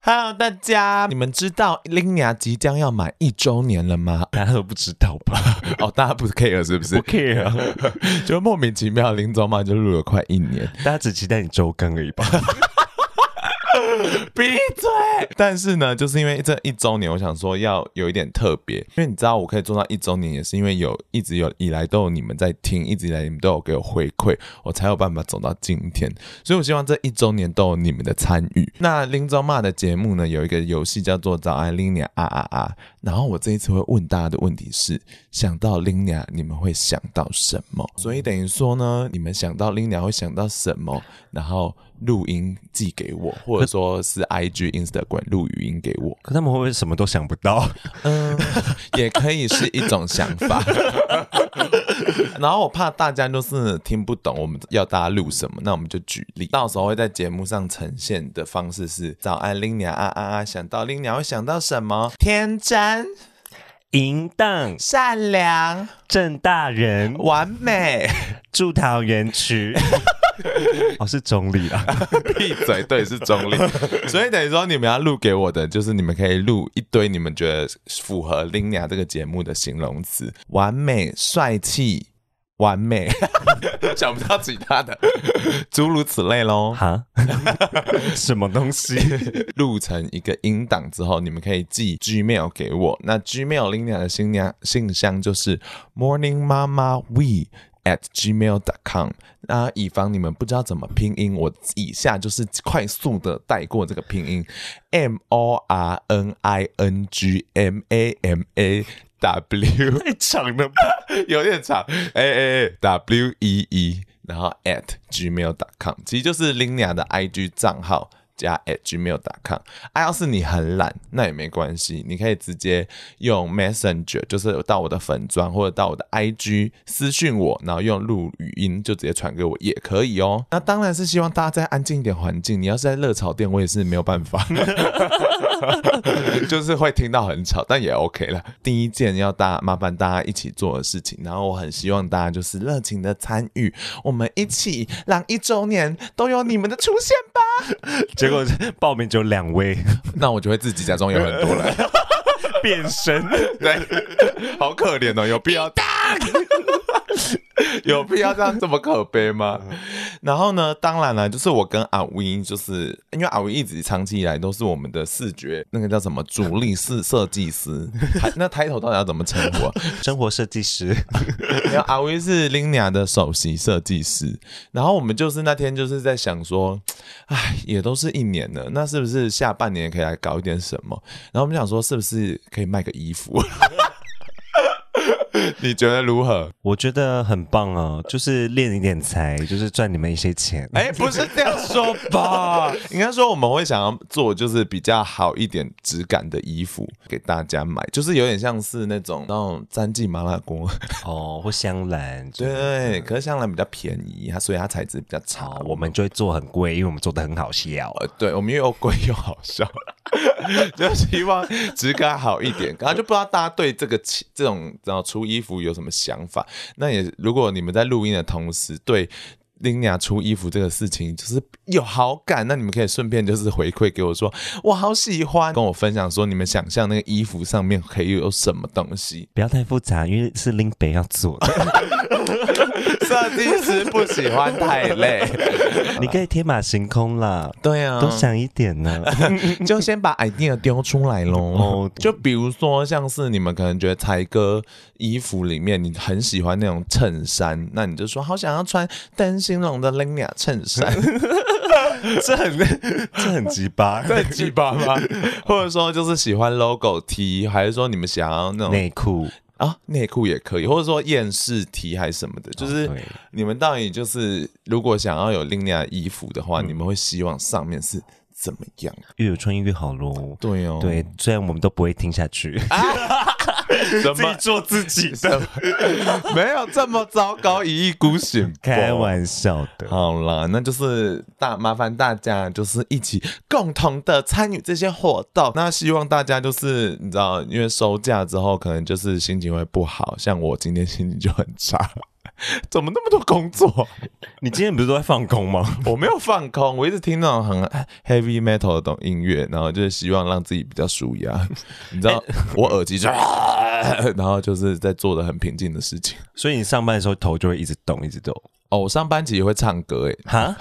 Hello，大家，你们知道 Lina 即将要满一周年了吗？大家都不知道吧？ 哦，大家不 care 是不不是？ care 啊， 就莫名其妙，林总嘛就录了快一年，大家只期待你周更而已吧？ 闭嘴！但是呢，就是因为这一周年，我想说要有一点特别，因为你知道我可以做到一周年，也是因为有一直有以来都有你们在听，一直以来你们都有给我回馈，我才有办法走到今天。所以我希望这一周年都有你们的参与。那林周骂的节目呢，有一个游戏叫做“早安 Lina 啊啊啊”，然后我这一次会问大家的问题是：想到 Lina，你们会想到什么？所以等于说呢，你们想到 Lina 会想到什么？然后录音寄给我，或者说是 IG、Instagram 录语音给我，可他们会不会什么都想不到？ 嗯， 也可以是一种想法。然后我怕大家就是听不懂我们要大家录什么，那我们就举例，到时候会在节目上呈现的方式是：早安林鸟啊啊啊，想到林鸟会想到什么？天真、淫荡善良、郑大人完美。住桃园区， 哦，是中立啦。 闭嘴，对，是中 立。所以等于说，你们要录给我的，就是你们可以录一堆你们觉得符合 Lina 这个节目的形容词：完美、帅气、完 美，想不到其他的，诸如此类喽。哈， 什么东西？ 录成一个音档之后，你们可以寄 Gmail 给我。那 Gmail Lina 的新娘信箱就是 Morning Mama We。at gmail.com，那以防你们不知道怎么拼音，我以下就是快速的带过这个拼音，m o r n i n g m a m a w，太长了吧？ 有点长，a a a w e e，然后 at gmail.com，其实就是 Lina 的 IG 账号加 at gmail.com。啊，要是你很懒，那也没关系，你可以直接用 Messenger，就是到我的粉砖或者到我的 IG 私讯我，然后用录语音就直接传给我也可以哦。那当然是希望大家在安静一点环境，你要是在热炒店，我也是没有办法。 就是会听到很吵，但也 OK 了。第一件要大麻烦大家一起做的事情，然后我很希望大家就是热情的参与，我们一起让一周年都有你们的出现吧。 结果报名只有两位， 那我就会自己假装有很多人，变身。 对， 好可怜哦，有必要 有必要这样这么可悲吗？然后呢，当然了，就是我跟阿威，就是因为阿威一直长期以来都是我们的视觉那个叫什么主力是设计师，还那抬头到底要怎么称呼、啊？生活设计师， 然后阿威是 Lina 的首席设计师，然后我们就是那天就是在想说，哎，也都是一年了，那是不是下半年可以来搞一点什么？然后我们想说，是不是可以卖个衣服？ 你觉得如何？我觉得很棒啊，就是练一点财，就是赚你们一些钱。哎、不是这样说吧？ 应该说我们会想要做就是比较好一点质感的衣服给大家买，就是有点像是那种那种詹记麻辣锅， 哦，或香兰，对，可是香兰比较便宜，它所以它材质比较差。好，哦我们就会做很贵，因为我们做的很好笑。呃，对，我们又贵又好笑， 就希望质感好一点。然后就不知道大家对这个起这种然后出衣服有什么想法。那也如果你们在录音的同时对。林雅出衣服这个事情就是有好感，那你们可以顺便就是回馈给我说，我好喜欢，跟我分享说你们想象那个衣服上面可以有什么东西。 不要太复杂，因为是林北要做的。设计师不喜欢太累，你可以天马行空啦， 对啊，多想一点呢、 就先把 idea 丢出来喽。 哦就比如说，像是你们可能觉得才哥衣服里面你很喜欢那种衬衫，那你就说好想要穿灯芯绒的 Lina 衬衫， 这 很这很鸡巴，很鸡巴吗？ 或者说就是喜欢 logo T，还是说你们想要那种内裤啊内裤也可以，或者说厌世 T 还是什么的，就是对你们到底就是如果想要有 Lina 衣服的话，你们会希望上面是怎么样？越有创意越好喽。对哦，对，虽然我们都不会听下去， 怎么？做自己 的，没有这么糟糕，一意孤行。开玩笑的。好了，那就是大麻烦大家，就是一起共同的参与这些活动。那希望大家就是你知道，因为收假之后，可能就是心情会不好，像我今天心情就很差。 怎么那么多工作？你今天不是都在放空 吗？我没有放空，我一直听那种很 heavy metal 的懂音乐，然后就是希望让自己比较舒 压。你知道，我耳机就，然后就是在做的很平静的事情。所以你上班的时候头就会一直动，一直动。哦，我上班其实也会唱歌，欸诶，哈，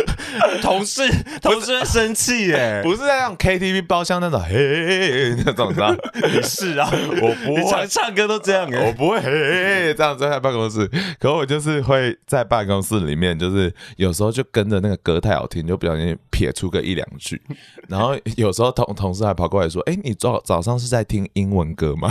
同事同事会生气耶、不是在那种 KTV 包厢那种嘿那种，你 知道？你是啊，我不你会常唱歌都这样哎、我不会嘿这样子在办公室，可我就是会在办公室里面，就是有时候就跟着那个歌太好听，就不小心撇出个一两 句，然后有时候同同事还跑过来说：“哎、你早早上是在听英文歌吗？”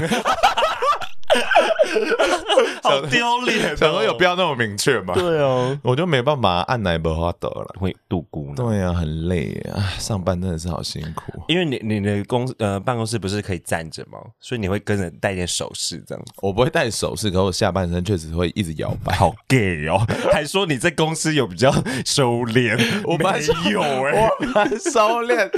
好丢脸、哦。 想说有必要那么明确吗？对哦，我就没办法按奶不花得了。会度孤呢。对呀、很累呀、啊，上班真的是好辛苦。因为你你的公呃办公室不是可以站着吗？所以你会跟着带点手势这样子。我不会戴首饰，可我下半身确实会一直摇摆。好 gay 哦， 还说你在公司有比较收敛， 我没蛮有哎、我蛮 收敛，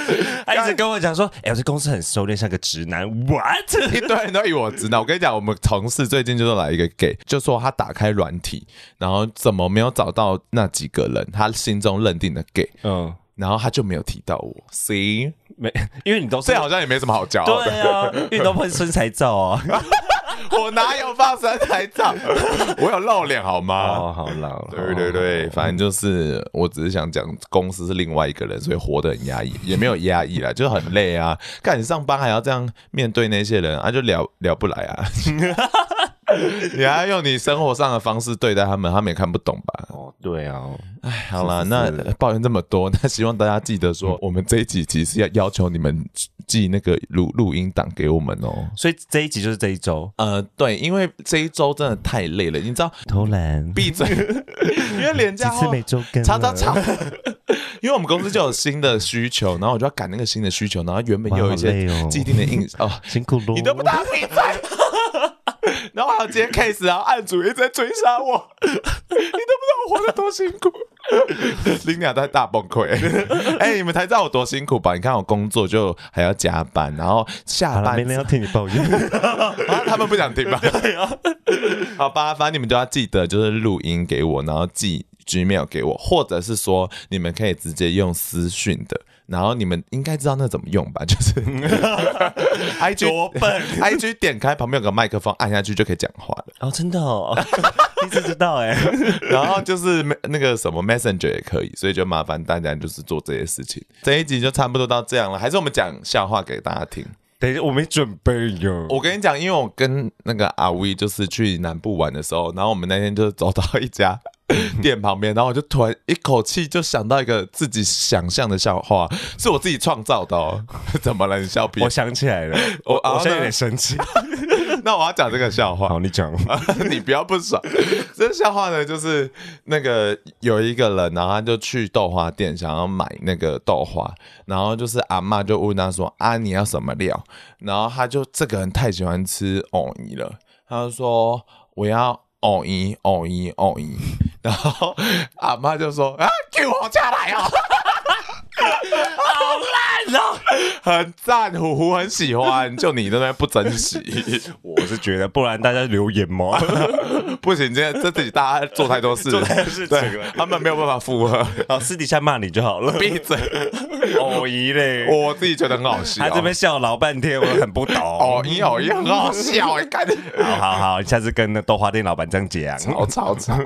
他一直跟我讲说，哎、我在公司很收敛，像个直男。What？ 一堆人都以为我直男。我跟你讲，我们同事最近就是来一个 gay，就说他打开软体，然后怎么没有找到那几个人，他心中认定的 gay，嗯，然后他就没有提到我。行，没，因为你都是这好像也没什么好骄傲的。对啊，因为你都喷身材照啊。我哪有放身材照？ 我有露脸 好吗？哦，好啦，对对对，反正就是，我只是想讲，公司是另外一个人，所以活得很压抑，也没有压抑啦，就是很累啊。干你上班还要这样面对那些人啊，就聊聊不来啊。 你还要用你生活上的方式对待他们，他们也看不懂吧？哦，对啊，哎，好啦，那抱怨这么多，那希望大家记得说，我们这一集其实要要求你们寄那个录录音档给我们哦。所以这一集就是这一周呃，对，因为这一周真的太累了，你知道，偷懒，闭 嘴，因为连几假次后每周更，查查查， 因为我们公司就有新的需求，然后我就要赶那个新的需求，然后原本有一哇好些累哦既定的 印哦辛苦喽。你都不打比赛， 然后还有接 case，然后案主一直在追杀我， 你都不知道我活得多辛苦。 林鸟在大崩溃， 哎、你们才知道我多辛苦吧？你看我工作就还要加班，然后下好了，班没人要听你抱 怨。啊，他们不想听吧？ 好吧，反正你们就要记得，就是录音给我，然后寄 Gmail 给我，或者是说你们可以直接用私讯的。然后你们应该知道那怎么用吧？就是 I G 多笨 I G 点开旁边有个麦克风，按下去就可以讲话了。哦，真的哦， 第一次知道哎。然后就是那个什么 Messenger 也可以，所以就麻烦大家就是做这些事情。这一集就差不多到这样了，还是我们讲笑话给大家听。等一下，我没准备哟。我跟你讲，因为我跟那个阿威就是去南部玩的时候，然后我们那天就走到一家嗯店旁边，然后我就突然一口气就想到一个自己想象的笑话，是我自己创造的哦。 怎么了？你笑屁我？想起来了，我然后我现在呢有点生气。那我要讲这个笑话。啊 好，你讲。 你不要不爽。这笑话呢，就是那个有一个人，然后他就去豆花店想要买那个豆花，然后就是阿嬷就问他说：“啊，你要什么料？”然后他就这个人太喜欢吃藕泥了，他就说：“我要哦藕泥，藕泥，藕泥。”哦 然后阿妈就说：“啊，给我下来 哦。”好 烂哦，很赞，虎虎很喜欢，就你这边不珍惜。我是觉得，不然大家留言吗？ 不行，今天这自己大家做太多事，做太多事情了对他们没有办法附和。好，私底下骂你就好了。闭嘴！偶一嘞， 我自己觉得很好笑。他啊这边笑老半天，我很 不懂。哦，一哦一很好笑哎，干好好好，你下次跟那豆花店老板这样讲。好吵吵。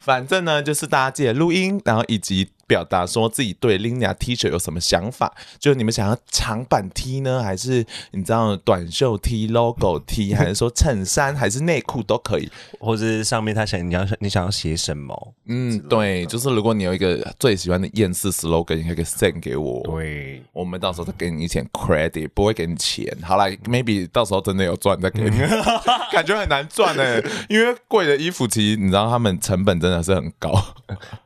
反正呢，就是大家记得录音，然后以及表达说自己对 Lina T 恤有什么想法，就是你们想要长版 T 呢，还是你知道短袖 T、logo T，还是说衬衫，还是内裤都可以。或者是上面他想你要你想要写什么？嗯，对，就是如果你有一个最喜欢的厌世 slogan，你可以 send 给我。对，我们到时候再给你一点 credit，不会给你钱。好啦 m a y b e 到时候真的有赚再给你，感觉很难赚呢、欸因为贵的衣服其实你知道他们成本真的是很高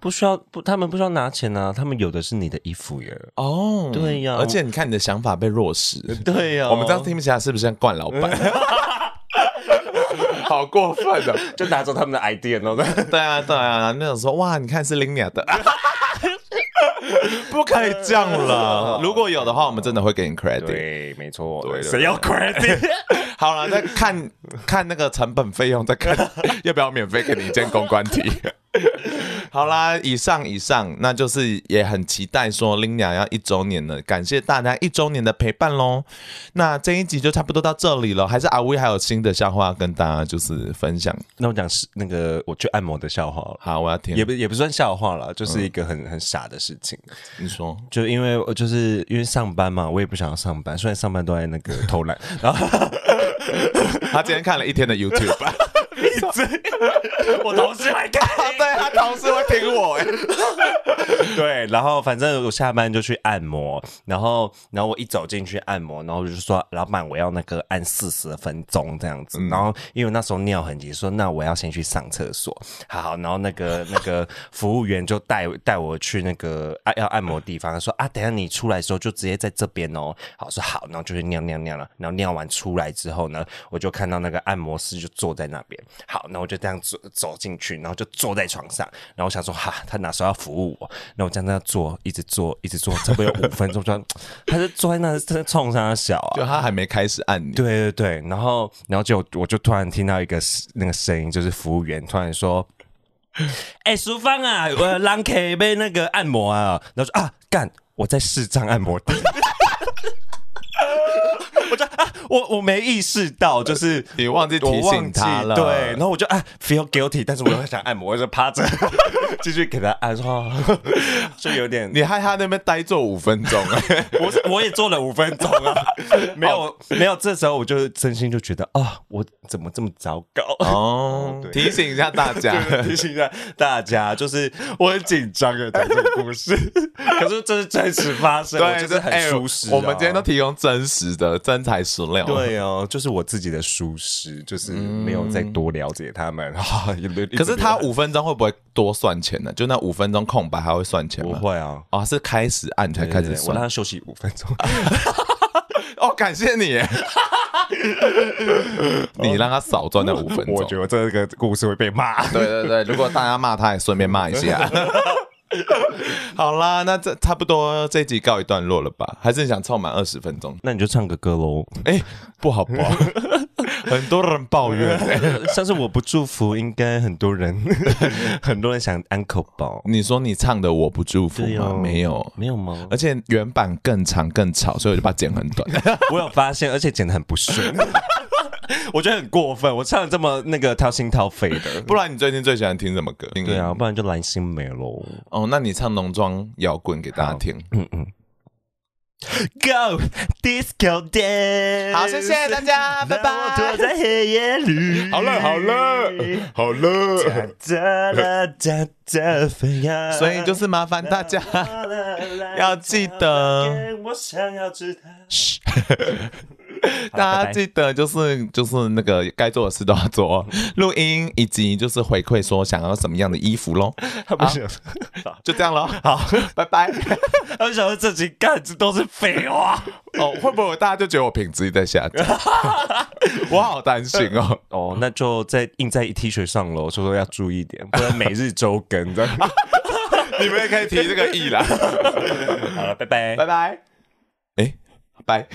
不需要不，他们不需要拿钱啊，他们有的是你的衣服耶。哦。对呀而且你看你的想法被落实，对哦呀我们这样听不起来是不是像惯老板？好过分的、 就拿走他们的 idea 然后再啊对啊，对啊，那种说哇，你看是林鸟的，不可以这样了。如果有的话，我们真的会给你 credit。对，没错，对对谁要 credit？好了，再 看看那个成本费用，再 看要不要免费给你一件公关 题。好啦，以上以上，那就是也很期待说 l i n a 要一周年了，感谢大家一周年的陪伴喽。那这一集就差不多到这里了，还是阿威还有新的笑话跟大家就是分享。 那我讲是那个我去按摩的笑话了，好，我要听也不也不算笑话了，就是一个很、很傻的事情。你说，就因为我就是因为上班嘛，我也不想要上班，虽然上班都在那个偷 懒，然后他今天看了一天 的 YouTube， 我同事来看，对他同事会听我哎、对，然后反正我下班就去按摩，然后然后我一走进去按摩，然后我就说老板我要那个按四十分钟这样子，然后因为我那时候尿很急，说那我要先去上厕所，好，然后那个那个服务员就带带我去那个按、要按摩地方，他说啊等一下你出来的时候就直接在这边哦，好我说好，然后就去尿尿尿了，然后尿完出来之后呢，我就看到那个按摩师就坐在那边，好，那我就这样走走进去，然后就坐在床上，然后我想说哈，他哪时候要服务我？那我这样这样坐，一直坐，一直坐，差不多有五分钟，就他就坐在那，真的冲上他小啊。 就他还没开始按你，对对对，然后然后就我就突然听到一个那个声音，就是服务员突然说：“哎、淑芳啊，我狼 K 被那个按摩啊。”然后说啊，干，我在视障按摩店。 我就啊，我我没意识到，就是你忘记我提忘醒记他了，对，然后我就啊 feel guilty，但是我又想按摩，我就趴着 继续给他按，说 哦就有点，你害他那边呆坐五分钟、 哎我 是我也做了五分钟啊， 没有没有，这时候我就真心就觉得啊、我怎么这么糟糕？哦， 对提醒一下大 家。提醒一下大家，就是我很紧张的讲这个故事， 可是这是真实发生，我对，就是很哎舒适啊、我们今天都提供真实的真材实料。，啊对哦，就是我自己的舒适，就是没有再多了解他们。哈，可是他 一直五分钟会不会多算钱呢？就那五分钟空白还会算钱没有吗不？会啊，啊、是开始按才开始对对我算让。他休息五分钟。哦，感谢你 耶，你让他少赚那五分钟。我觉得这个故事会被骂。对对对，如果大家骂他，也顺便骂一下。 好啦，那这差不多这一集告一段落了吧？还是你想凑满二十分 钟？那你就唱个歌喽。哎、不好不好， 很多人抱怨、 哎像是我不祝福，应该很多人 很多人想安口包。你说你唱的我不祝福对吗？哦没有，没有吗而？且原版更长更吵，所以我就把它剪很 短。我有发现，而且剪得很不顺， 我觉得很过分。我唱得这么那个掏心掏肺的，不然你最近最喜欢听什么歌？嗯对啊，，不然就蓝心湄喽。哦，那你唱浓妆摇滚给大家听。 Go disco dance，好，谢谢大家，拜让我躲拜。在黑夜里。好了好了 好了，哒啦哒哒飞呀所以就是麻烦大 家要记得，我想要知道。大家记得就是就是那个该做的事都要做，哦录音以及就是回馈说想要什么样的衣服喽，他不想，就这样喽。好，拜拜。他不想说这集干这都是废话。哦，会不会大家就觉得我品质在下降？ 我好担心哦。哦，那就再印在 T 恤上喽，所以说要注意一点，不然每日周更 这样。 你们也可以提这个意啦，好了，拜拜拜。拜。哎，拜。